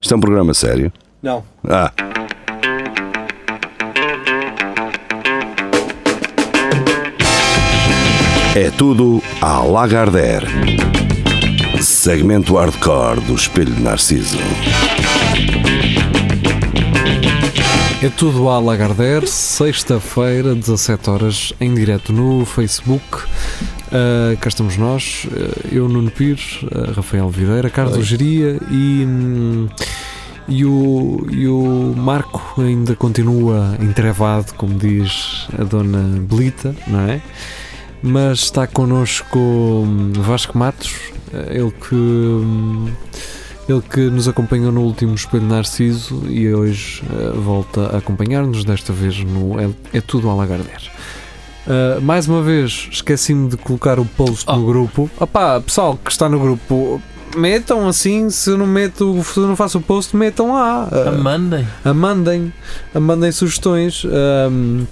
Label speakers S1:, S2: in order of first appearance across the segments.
S1: Isto é um programa sério.
S2: Não.
S1: Ah, é tudo à Lagardère. Segmento hardcore do Espelho de Narciso.
S3: É tudo à Lagardère, sexta-feira, 17 horas, em direto no Facebook. Ah, cá estamos nós, ah, eu, Nuno Pires, ah, Rafael Videira, Carlos Geria e, hum, e, o, e o Marco ainda continua entrevado, como diz a dona Belita, não é? Mas está connosco hum, Vasco Matos, ah, ele que. hum, ele que nos acompanhou no último Espelho Narciso e hoje eh, volta a acompanhar-nos, desta vez no É, é Tudo Alagarder. Uh, mais uma vez, esqueci-me de colocar o post no grupo. Opá, pessoal que está no grupo, metam assim, se eu não, meto, se eu não faço o post, metam lá.
S4: A
S3: Uh,
S4: Mandem.
S3: a mandem, a mandem sugestões. Ahm,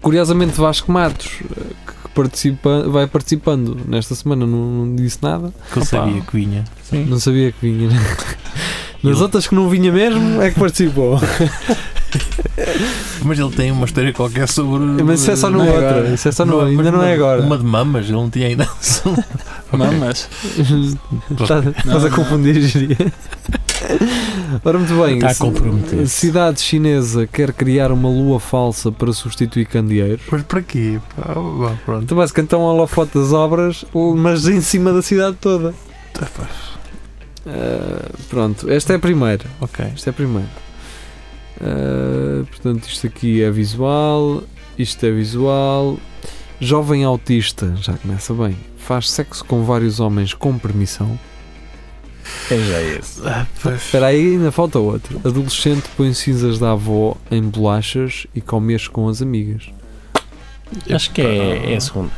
S3: curiosamente, Vasco Matos, eh, que participa, vai participando nesta semana, não- não disse nada.
S4: Que eu sabia que vinha.
S3: Não sabia que vinha, né? Nas
S4: Ele-
S3: outras que não vinha mesmo é que participou.
S4: Mas ele tem uma história qualquer sobre.
S3: Mas isso é só no
S4: Não
S3: outro,
S4: agora.
S3: isso é só no- ainda
S4: mas
S3: não é
S4: uma-
S3: agora.
S4: Uma de mamas, ele não tinha ainda.
S2: Mamas.
S3: Estás estás a
S2: não.
S3: confundir, Jiri. Ora, muito bem.
S5: Está a
S3: se-
S5: comprometer.
S3: Cidade chinesa quer criar uma lua falsa para substituir candeeiros.
S4: Mas para quê? Ah, vá, pronto.
S3: Então, basicamente, estão a holofote das obras, mas em cima da cidade toda.
S4: Tá,
S3: Ah, pronto, esta é a primeira.
S4: Ok.
S3: Isto é a primeira. Ah, portanto, isto aqui é visual. Isto é visual. Jovem autista, já começa bem. Faz sexo com vários homens com permissão.
S5: É já esse.
S4: Ah, pois.
S3: Espera aí, ainda falta outro. Adolescente põe cinzas da avó em bolachas e come as com as amigas.
S5: Acho que é, é a segunda.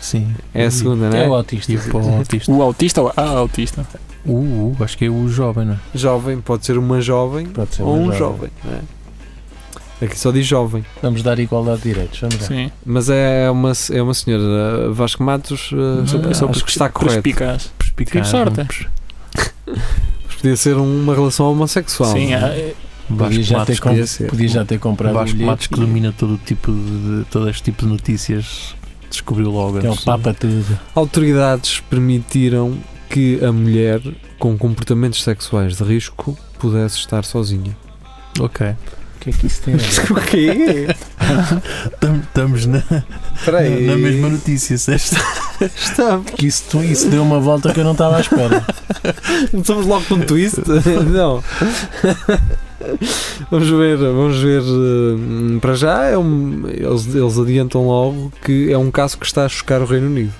S4: Sim.
S3: É a segunda, não
S5: É o
S3: é?
S5: autista.
S4: E para o autista.
S2: O autista ou a ah, autista?
S4: Uh, uh, acho que é o jovem, não é?
S3: Jovem, pode ser uma jovem
S5: Pode ser
S3: ou um
S5: uma
S3: jovem. não é? Aqui só diz jovem.
S5: Vamos dar igualdade de direitos. Vamos lá.
S2: Sim.
S3: Mas é uma, é uma senhora. uh, Vasco Matos, uh,
S2: Sou- sou
S3: acho que está correto.
S2: Perspicaz. Tive
S4: Perspicaz.
S2: sorte.
S4: não é?
S3: Podia ser um, uma relação homossexual.
S2: Sim,
S3: não é?
S2: ah, eh,
S5: Podia
S4: Vasco
S5: já,
S4: Matos,
S5: ter
S4: que-
S5: com-
S3: podia ser.
S5: podia já ter comprado
S4: Vasco
S5: um bilhete
S4: Matos que domina todo o tipo de, de- todo este tipo de notícias. Descobriu logo.
S5: e- É o
S4: antes-
S5: papa tudo.
S3: Autoridades permitiram que a mulher com comportamentos sexuais de risco pudesse estar sozinha.
S4: Ok.
S5: O que é que isso tem a ver?
S3: O quê?
S4: Estamos na,
S3: Espera
S4: na mesma notícia, certo?
S3: Está.
S5: Que isso, tu- isso deu uma volta que eu não estava à espera. É
S3: Estamos logo com um twist? Não. Vamos ver, vamos ver. eh, Para já, é um- eles, eles adiantam logo que é um caso que está a chocar o Reino Unido.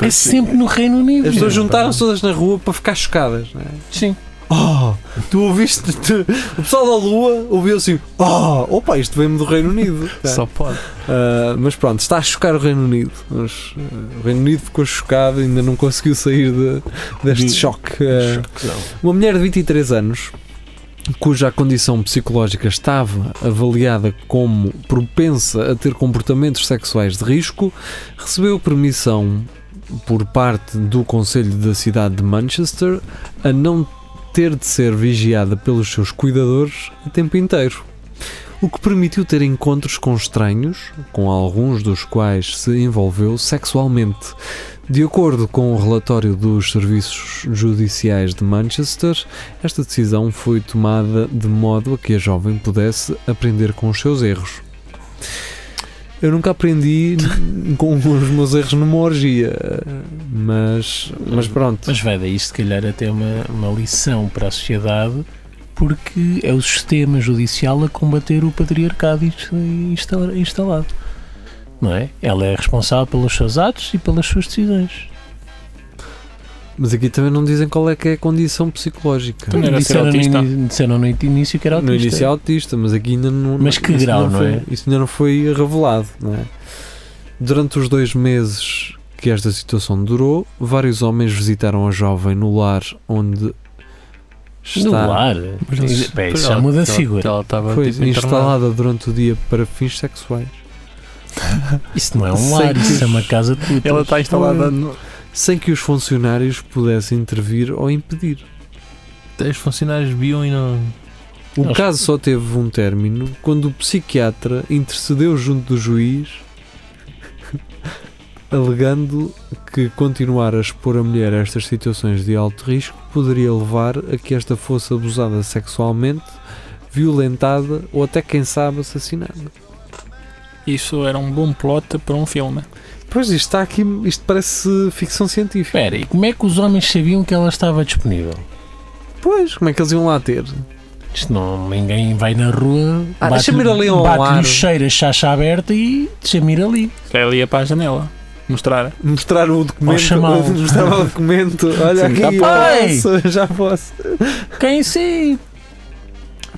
S5: É sempre no Reino Unido.
S3: As pessoas juntaram-se todas na rua para ficar chocadas, não é?
S5: Sim.
S3: Oh, tu ouviste tu- o pessoal da Lua ouviu assim: Oh, opa, isto vem-me do Reino Unido.
S4: Só pode.
S3: Ah, mas pronto, está a chocar o Reino Unido. Mas, ah, o Reino Unido ficou chocado, ainda não conseguiu sair de- deste
S5: De-
S3: choque. Ah, uma mulher de 23 anos, cuja condição psicológica estava avaliada como propensa a ter comportamentos sexuais de risco, recebeu permissão por parte do Conselho da cidade de Manchester a não ter de ser vigiada pelos seus cuidadores o tempo inteiro. O que permitiu ter encontros com estranhos, com alguns dos quais se envolveu sexualmente. De acordo com o relatório dos serviços judiciais de Manchester, esta decisão foi tomada de modo a que a jovem pudesse aprender com os seus erros. Eu nunca aprendi com os meus erros numa orgia, mas, mas pronto.
S5: Mas vai daí, se calhar, até é uma, uma lição para a sociedade, porque é o sistema judicial a combater o patriarcado inst- insta- instalado. Não é? Ela é responsável pelos seus atos e pelas suas decisões.
S3: Mas aqui também não dizem qual é que é a condição psicológica.
S4: Então
S2: Também era ser
S5: disseram, no
S2: autista.
S5: ini- disseram no início que era autista.
S3: No início é autista, mas aqui ainda não.
S5: Mas que
S3: isso
S5: grau, não
S3: foi,
S5: é?
S3: Isso ainda não foi revelado, não é? Durante os dois meses que esta situação durou, vários homens visitaram a jovem no lar onde
S5: No
S3: está
S5: ar.
S4: Mas eles-
S5: Bem,
S4: pois
S5: isso já
S4: ela-
S5: muda a
S4: ela-
S5: figura.
S4: Ela estava
S3: foi
S4: tipo, internada.
S3: instalada durante o dia para fins sexuais.
S5: Isso não é um
S3: Sei
S5: lar,
S3: que tá os-
S5: isso é uma casa de putas.
S2: ela está instalada.
S3: Sem que os funcionários pudessem intervir ou impedir.
S4: os funcionários viam e não.
S3: O
S5: Nós-
S3: caso só teve um término quando o psiquiatra intercedeu junto do juiz, alegando que continuar a expor a mulher a estas situações de alto risco poderia levar a que esta fosse abusada sexualmente, violentada ou até, quem sabe, assassinada.
S2: Isso era um bom plot para um filme.
S3: Pois, isto está aqui, isto parece ficção científica.
S5: Espera, e como é que os homens sabiam que ela estava disponível?
S3: Pois, como é que eles iam lá ter?
S5: Isto não, ninguém vai na rua,
S3: Ah,
S5: bate-lhe
S3: deixa-me ir ali ao
S5: bate
S3: ar.
S5: o cheiro, a chacha aberta e deixa-me ir ali.
S2: Ela ia para a janela mostrar.
S3: Mostrar o
S5: Ou
S3: documento,
S5: chamá-lo.
S3: mostrar o documento, olha
S5: Sim,
S3: aqui,
S5: tá bem.
S3: eu posso, já posso.
S5: Quem sim?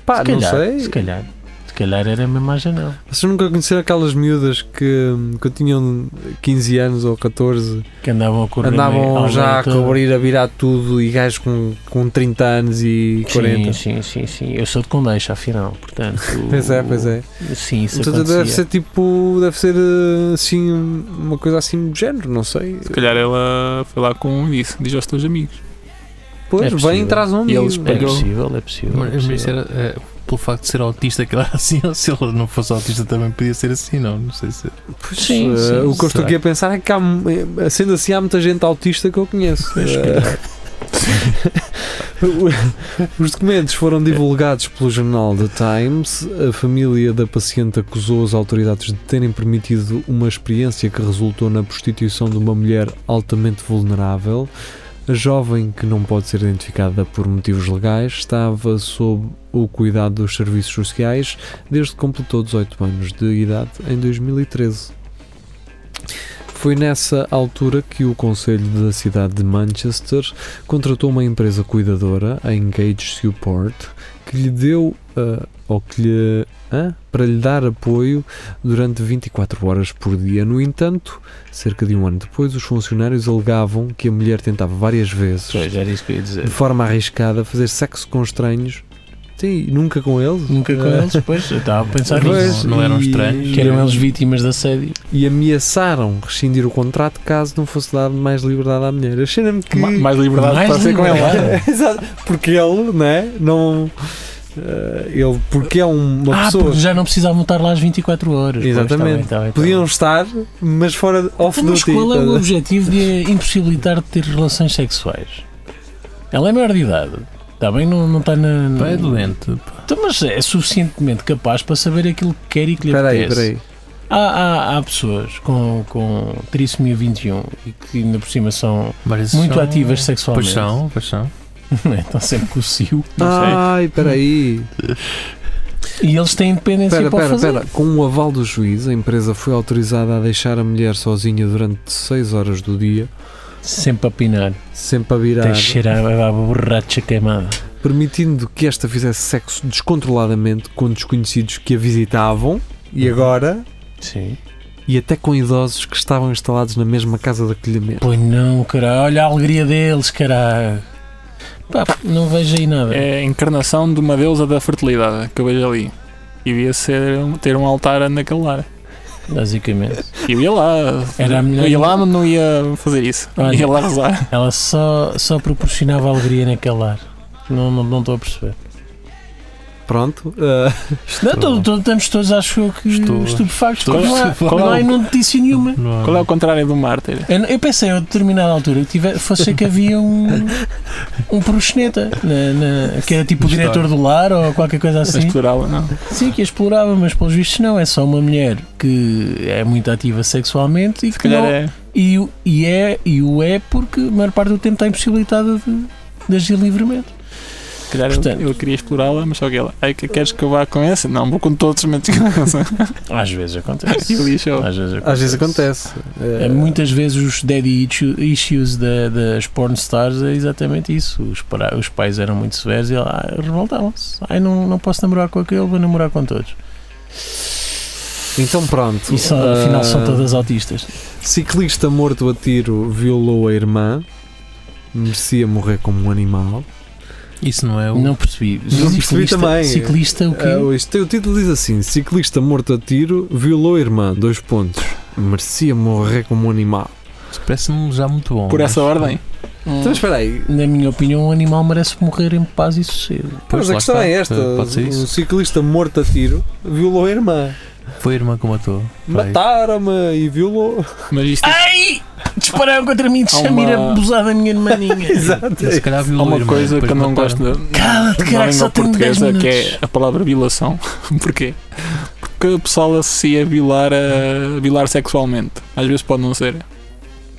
S3: Pá,
S5: se
S3: não
S5: calhar,
S3: sei.
S5: Se calhar. Se calhar era mesmo à janela.
S3: Vocês nunca conheceram aquelas miúdas que, que tinham 15 anos ou 14,
S5: Que andavam a correr. meio-
S3: andavam
S5: ao
S3: já a
S5: meio todo.
S3: cobrir, a virar tudo e gajos com, com 30 anos e 40.
S5: Sim, sim, sim, sim. Eu sou de Condeixa, afinal, portanto.
S3: Pois é, pois é.
S5: Sim, isso
S3: Portanto,
S5: acontecia.
S3: deve ser tipo, deve ser eh, assim, uma coisa assim do género, não sei.
S2: Se calhar ela foi lá com um e disse, diz aos teus amigos.
S3: Pois,
S5: É
S3: vem
S5: possível.
S3: e traz um
S2: E
S3: amigo.
S2: eles
S5: É
S2: pegam-
S5: possível, é possível. é
S4: Mas, mas
S5: possível.
S4: era, eh, pelo facto de ser autista, que ela era assim, ou se ela não fosse autista também podia ser assim, não? Não sei se.
S3: Pois,
S5: Sim,
S3: eh,
S5: sim,
S3: o que eu estou
S4: será?
S3: aqui a pensar é que há, eh, sendo assim, há muita gente autista que eu conheço. Eh, Os documentos foram divulgados pelo jornal The Times. A família da paciente acusou as autoridades de terem permitido uma experiência que resultou na prostituição de uma mulher altamente vulnerável. A jovem, que não pode ser identificada por motivos legais, estava sob o cuidado dos serviços sociais desde que completou 18 anos de idade em 2013. Foi nessa altura que o Conselho da cidade de Manchester contratou uma empresa cuidadora, a Engage Support, que lhe deu ah, ou que lhe, hã? para lhe dar apoio durante 24 horas por dia. No entanto, cerca de um ano depois, os funcionários alegavam que a mulher tentava várias vezes,
S5: Pois, era isso que eu ia
S3: de
S5: dizer.
S3: forma arriscada, fazer sexo com estranhos. Sim, nunca com eles.
S5: Nunca com eles, pois. Eu estava a pensar nisso.
S3: Pois,
S4: É. não- não eram
S3: e-
S4: estranhos.
S5: Que eram eles vítimas de assédio.
S3: E ameaçaram rescindir o contrato caso não fosse dado mais liberdade à mulher. é Achei-me que.
S2: Ma- mais liberdade
S5: Mais Ah,
S2: para ser com ela.
S5: liberdade.
S3: é? Exato, porque ele, né? Não. eh, ele, porque é uma
S5: ah,
S3: pessoa.
S5: porque já não precisavam estar lá às 24 horas. Pois, tá bem,
S3: Exatamente.
S5: tá bem, tá
S3: Podiam
S5: bem.
S3: estar, mas fora de- off
S5: Então, Mas
S3: duty.
S5: qual é o
S3: estás a-
S5: objetivo de a impossibilitar de ter relações sexuais? Ela é maior de idade. Está bem, não, não está na.
S4: Pá, é doente.
S5: Então, mas é suficientemente capaz para saber aquilo que quer e que lhe
S3: Espera aí,
S5: apetece.
S3: espera aí.
S5: Há, há, há pessoas com, com trissomia 21 e que ainda por cima são
S4: Mas
S5: muito
S4: são-
S5: ativas sexualmente.
S4: Pois são, pois são.
S5: Não é? Estão sempre com o cio.
S3: Ai,
S5: Hum.
S3: espera aí.
S5: E eles têm independência
S3: Espera,
S5: para
S3: espera,
S5: Assim, fazer.
S3: espera. Com o aval do juiz, a empresa foi autorizada a deixar a mulher sozinha durante 6 horas do dia,
S5: Sempre a pinar.
S3: sempre a
S5: Tem
S3: virar.
S5: que cheirar a a borracha queimada.
S3: permitindo que esta fizesse sexo descontroladamente com desconhecidos que a visitavam e
S5: Uhum.
S3: agora
S5: Sim.
S3: e até com idosos que estavam instalados na mesma casa de acolhimento.
S5: Pois não, caralho. Olha a alegria deles, caralho. Pá, não vejo aí nada.
S2: É a encarnação de uma deusa da fertilidade que eu vejo ali. E devia ser, um- ter um altar naquele lar.
S5: Basicamente.
S2: Eu ia lá.
S5: Era a melhor-
S2: Eu ia lá, mas não ia fazer isso.
S5: Olha.
S2: Ia lá rezar.
S5: Ela só, só proporcionava alegria naquele ar. Não não- não estou a perceber.
S3: Pronto, ah,
S5: Não, tô- tô- estamos todos, acho eu, que
S4: Estou-
S5: estupefactos.
S4: estou
S5: não, há,
S4: estupefacto.
S5: não há notícia nenhuma.
S4: Não há-
S2: Qual é o contrário do mártir?
S5: Eu, eu pensei, a determinada altura, que tive- fosse que havia um, um proxeneta, na- na- que era tipo o
S4: História.
S5: diretor do lar ou qualquer coisa
S2: Mas
S5: assim.
S2: plural, não.
S5: Sim, que a explorava, mas pelos vistos não. É só uma mulher que é muito ativa sexualmente e
S2: Se
S5: que
S2: calhar
S5: não-
S2: é.
S5: e, o- e é, e o é porque a maior parte do tempo está impossibilitada de, de agir livremente.
S2: Se calhar
S5: Portanto-
S2: eu, eu queria explorá-la, mas só que ela. Ai, que queres que eu vá com essa? Não, vou com todos, mas descansa.
S5: Às vezes acontece.
S2: E o lixo.
S5: Às vezes acontece.
S3: às vezes acontece.
S5: É,
S3: Ah,
S5: muitas vezes os daddy issue- issues da, das porn stars é exatamente isso. Os, para- os pais eram muito severos e ela, ah, revoltavam-se. Ai, não, não posso namorar com aquele, vou namorar com todos.
S3: Então pronto.
S5: E são,
S3: ah,
S5: afinal são todas autistas.
S3: Ciclista morto a tiro violou a irmã. Merecia morrer como um animal.
S4: Isso não é o.
S5: Não percebi.
S3: Não percebi
S5: Ciclista-
S3: também.
S5: Ciclista, o quê?
S3: Ah, isto, tem- o título diz assim: Ciclista morto a tiro violou a irmã. Dois pontos. Merecia morrer como um animal.
S4: Isso Parece-me já muito bom.
S2: Por
S4: mas-
S2: essa ordem.
S3: Então espera aí.
S5: Na minha opinião, um animal merece morrer em paz e sossego.
S3: Mas
S4: Pois,
S3: a
S4: lá
S3: questão
S4: está.
S3: é esta:
S4: Eh, Pode ser
S3: um
S4: isso.
S3: ciclista morto a tiro violou a irmã.
S4: Foi a irmã que o matou. Por aí.
S3: Mataram-me e violou.
S2: Mas isto
S5: Ah! Ai! Dispararam contra mim de
S2: Há uma-
S5: chamir abusada a minha irmãninha.
S3: Exato.
S4: Se calhar
S2: É, há
S4: violou a
S2: uma
S4: irmã,
S2: coisa que
S4: depois
S2: eu não
S4: mataram.
S2: gosto da
S5: Cala-te,
S2: na
S5: caralho, só
S2: língua
S5: tenho 10
S2: portuguesa,
S5: minutos.
S2: que é a palavra violação. Porquê? Porque o pessoal associa violar a violar sexualmente. Às vezes pode não ser.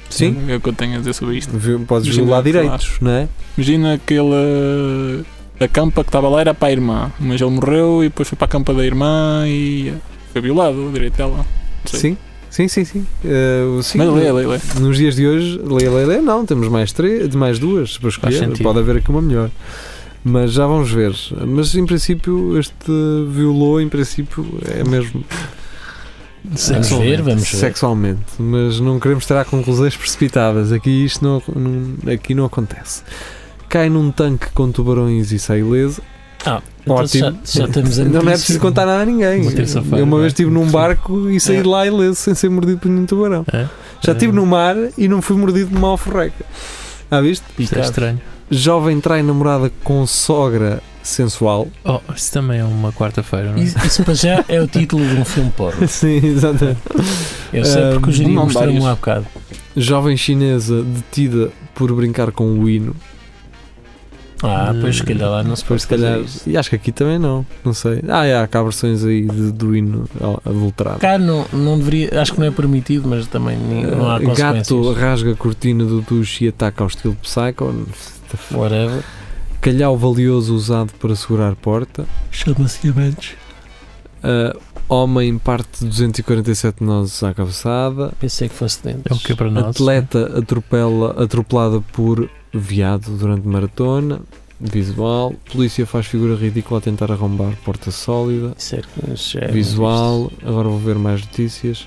S3: Sim.
S2: É o que eu tenho a dizer sobre isto.
S3: Vi- Podes
S2: Imagina,
S3: violar
S2: sei lá.
S3: direitos, não é?
S2: Imagina aquele. A campa que estava lá era para a irmã, mas ele morreu e depois foi para a campa da irmã e foi violado, direito dela. Sim.
S3: Sim. Sim, sim, sim. Eh, sim.
S2: Mas lê, lê, lê.
S3: Nos dias de hoje, lê, lê, lê, não, temos mais, três, mais duas para escolher,
S4: sentido.
S3: pode haver aqui uma melhor. Mas já vamos ver. Mas em princípio, este violou, em princípio, é mesmo
S5: Vamos ver, vamos ver.
S3: sexualmente. Mas não queremos tirar conclusões precipitadas. Aqui isto não, não- aqui não acontece. Cai num tanque com tubarões e sai ilesa.
S5: Ah, então
S3: Ótimo.
S5: Já, já estamos a
S3: Não, não é
S5: notícia.
S3: preciso contar nada a ninguém.
S4: Uma terça-feira,
S3: Eu uma vez
S4: não é?
S3: estive num
S4: Sim.
S3: barco e saí de lá ileso sem ser mordido por nenhum tubarão.
S4: É?
S3: Já estive
S4: É.
S3: no mar e não fui mordido por uma alforreca. Ah, viste?
S4: Isto é
S5: Picado.
S4: estranho.
S3: Jovem trai namorada com sogra sensual.
S4: Oh, isto também é uma quarta-feira, não é?
S5: Isso, isso para já é o título de um filme porno.
S3: Sim, exatamente.
S5: Eu sei porque
S3: Ah,
S5: o Jiri
S2: não
S5: mostrou-me
S2: vários.
S5: há bocado.
S3: Jovem chinesa detida por brincar com o hino.
S5: Ah, pois se calhar lá não se pode
S3: Depois, se calhar.
S5: fazer isso.
S3: E acho que aqui também não. Não sei. Ah, é, há cá versões aí de- do hino a- adulterado.
S5: Cá não, não deveria, acho que não é permitido, mas também nem- não há
S3: Uh, Gato
S5: consequências.
S3: rasga a cortina do duche e ataca ao estilo Psycho.
S5: Whatever.
S3: Calhau valioso usado para segurar porta.
S5: Chama-se diamantes.
S3: Uh, homem parte 247 nozes à cabeçada.
S5: Pensei que fosse dentro.
S4: É o que é para nós.
S3: Atleta atropela, atropelada por viado durante maratona. Visual. Polícia faz figura ridícula a tentar arrombar porta sólida.
S5: Isso é que- isso já é
S3: Visual. Agora vou ver mais notícias.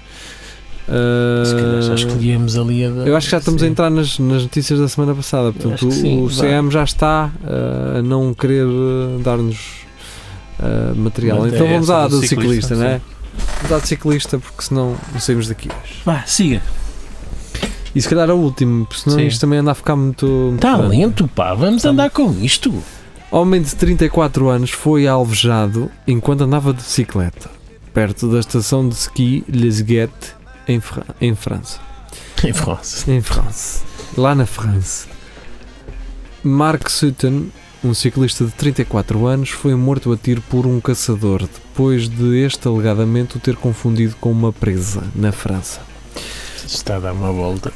S5: visto. Se calhar já
S3: Ah,
S5: escolhíamos ali a da-
S3: eu acho que já estamos a
S5: Sim.
S3: entrar nas, nas notícias da semana passada. Portanto,
S5: Acho que sim,
S3: o
S5: vá.
S3: CM já está ah, a não querer ah, dar-nos ah, material.
S5: Matéria,
S3: então vamos
S4: essa
S3: à
S4: do
S3: do ciclista,
S4: ciclista,
S3: não é? Vamos à de ciclista, porque senão não saímos daqui hoje.
S5: Vá, siga.
S3: E se calhar é o último, porque senão
S4: Sim.
S3: isto também anda a ficar muito. muito
S5: Está
S3: grande.
S5: Tá lento, pá. Vamos andar com isto.
S3: Homem de 34 anos foi alvejado enquanto andava de bicicleta, perto da estação de ski Les Guettes, em, Fra- em França.
S5: Em França.
S3: Em França. Lá na França. Mark Sutton, um ciclista de 34 anos, foi morto a tiro por um caçador depois de este alegadamente o ter confundido com uma presa na França.
S5: Isto Está a dar uma volta.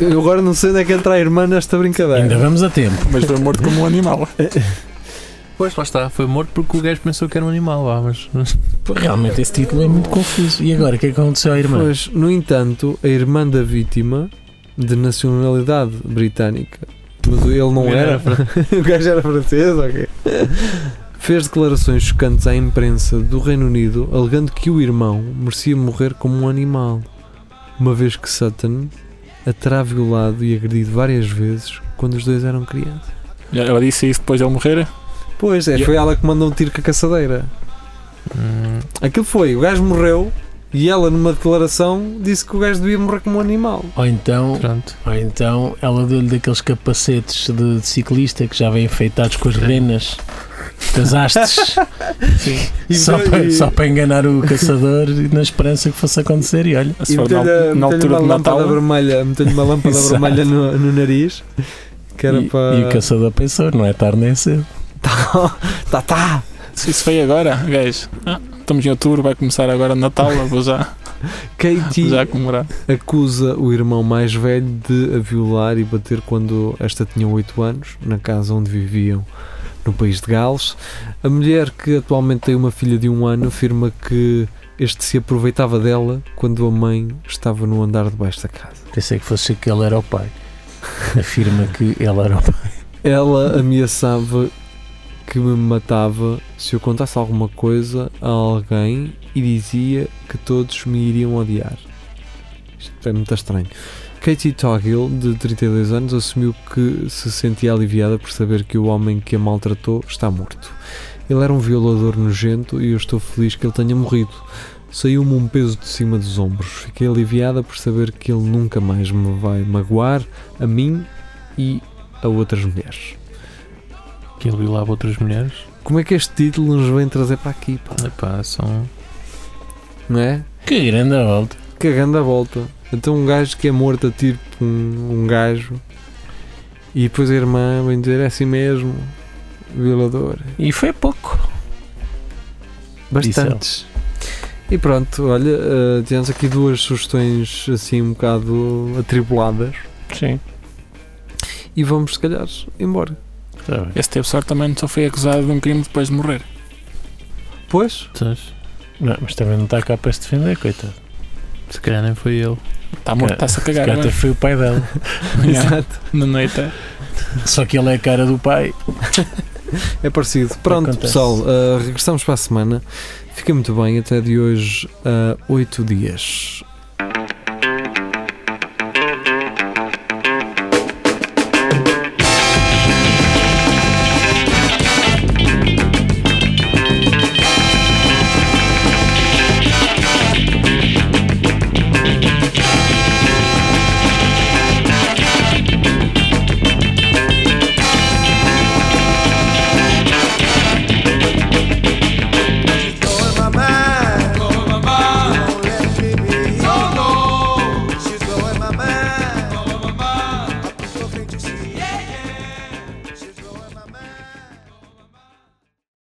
S3: Eu eu agora não sei onde é que entra a irmã nesta brincadeira.
S5: Ainda vamos a tempo.
S2: Mas foi morto como um animal.
S4: Pois, lá está. Foi morto porque o gajo pensou que era um animal, vá, mas...
S5: Realmente esse título é muito confuso. E agora, o que é que aconteceu à irmã?
S3: Pois, no entanto, a irmã da vítima, de nacionalidade britânica, mas ele não
S4: Ele
S3: era,
S4: era
S3: o gajo era francês, ok. Fez declarações chocantes à imprensa do Reino Unido, alegando que o irmão merecia morrer como um animal, uma vez que Sutton a terá violado e agredido várias vezes quando os dois eram crianças.
S2: Ela disse isso depois de ele morrer.
S3: Pois é,
S2: E-
S3: foi ela que mandou um tiro com a caçadeira.
S4: Hum,
S3: Aquilo foi, o gajo morreu e ela, numa declaração, disse que o gajo devia morrer como um animal.
S5: Ou então,
S4: pronto.
S5: ou então ela deu-lhe daqueles capacetes de, de ciclista que já vêm enfeitados com as renas das hastes. só,
S3: meteu-
S5: para,
S3: e-
S5: só para enganar o caçador e na esperança que fosse acontecer. E olha,
S2: Se
S3: E
S2: for
S3: meteu-lhe
S2: na, na
S3: meteu-lhe
S2: altura
S3: uma
S2: de Natal.
S3: lâmpada vermelha, meteu-lhe uma lâmpada
S5: Exato.
S3: vermelha no, no nariz. Que era
S5: e,
S3: para.
S5: e o caçador pensou, não é tarde nem cedo.
S3: tá, tá.
S2: Se isso foi agora, gajo. Ah, estamos em outubro, vai começar agora Natal, eu vou já,
S3: Katie
S2: já comemorar.
S3: acusa o irmão mais velho de a violar e bater quando esta tinha 8 anos, na casa onde viviam no país de Gales. A mulher, que atualmente tem uma filha de um ano, afirma que este se aproveitava dela quando a mãe estava no andar de baixo da casa.
S5: Pensei que fosse que ele era o pai. Afirma que ele era o pai.
S3: Ela ameaçava que me matava se eu contasse alguma coisa a alguém e dizia que todos me iriam odiar. Isto é muito estranho. Katie Toghill, de 32 anos, assumiu que se sentia aliviada por saber que o homem que a maltratou está morto. Ele era um violador nojento e eu estou feliz que ele tenha morrido. Saiu-me um peso de cima dos ombros. Fiquei aliviada por saber que ele nunca mais me vai magoar, a mim e a outras mulheres.
S4: Que ele violava outras mulheres.
S3: Como é que este título nos vem trazer para aqui, pá?
S4: Epá, são.
S3: Não é?
S5: Que grande a volta.
S3: Cagando a volta. Então um gajo que é morto a tiro por um, um gajo e depois a irmã vem dizer é assim mesmo, violador.
S5: E foi pouco.
S3: Bastantes. E pronto, olha, eh, temos aqui duas sugestões assim um bocado atribuladas
S5: Sim.
S3: e vamos se calhar embora.
S5: Está Tá bem.
S2: Esse teve sorte também, só foi acusado de um crime depois de morrer.
S3: Pois,
S4: Tens?
S5: Não, mas também não está cá para se defender, coitado.
S4: Se calhar nem foi ele.
S2: Está morto, está-se a cagar.
S5: Se calhar até
S2: agora.
S5: foi o pai dela.
S2: Yeah,
S3: exato,
S2: Na noite. é.
S5: Só que ele é a cara do pai.
S3: é parecido. Pronto,
S5: Acontece.
S3: pessoal, eh, regressamos para a semana. Fica muito bem, até de hoje a oito dias.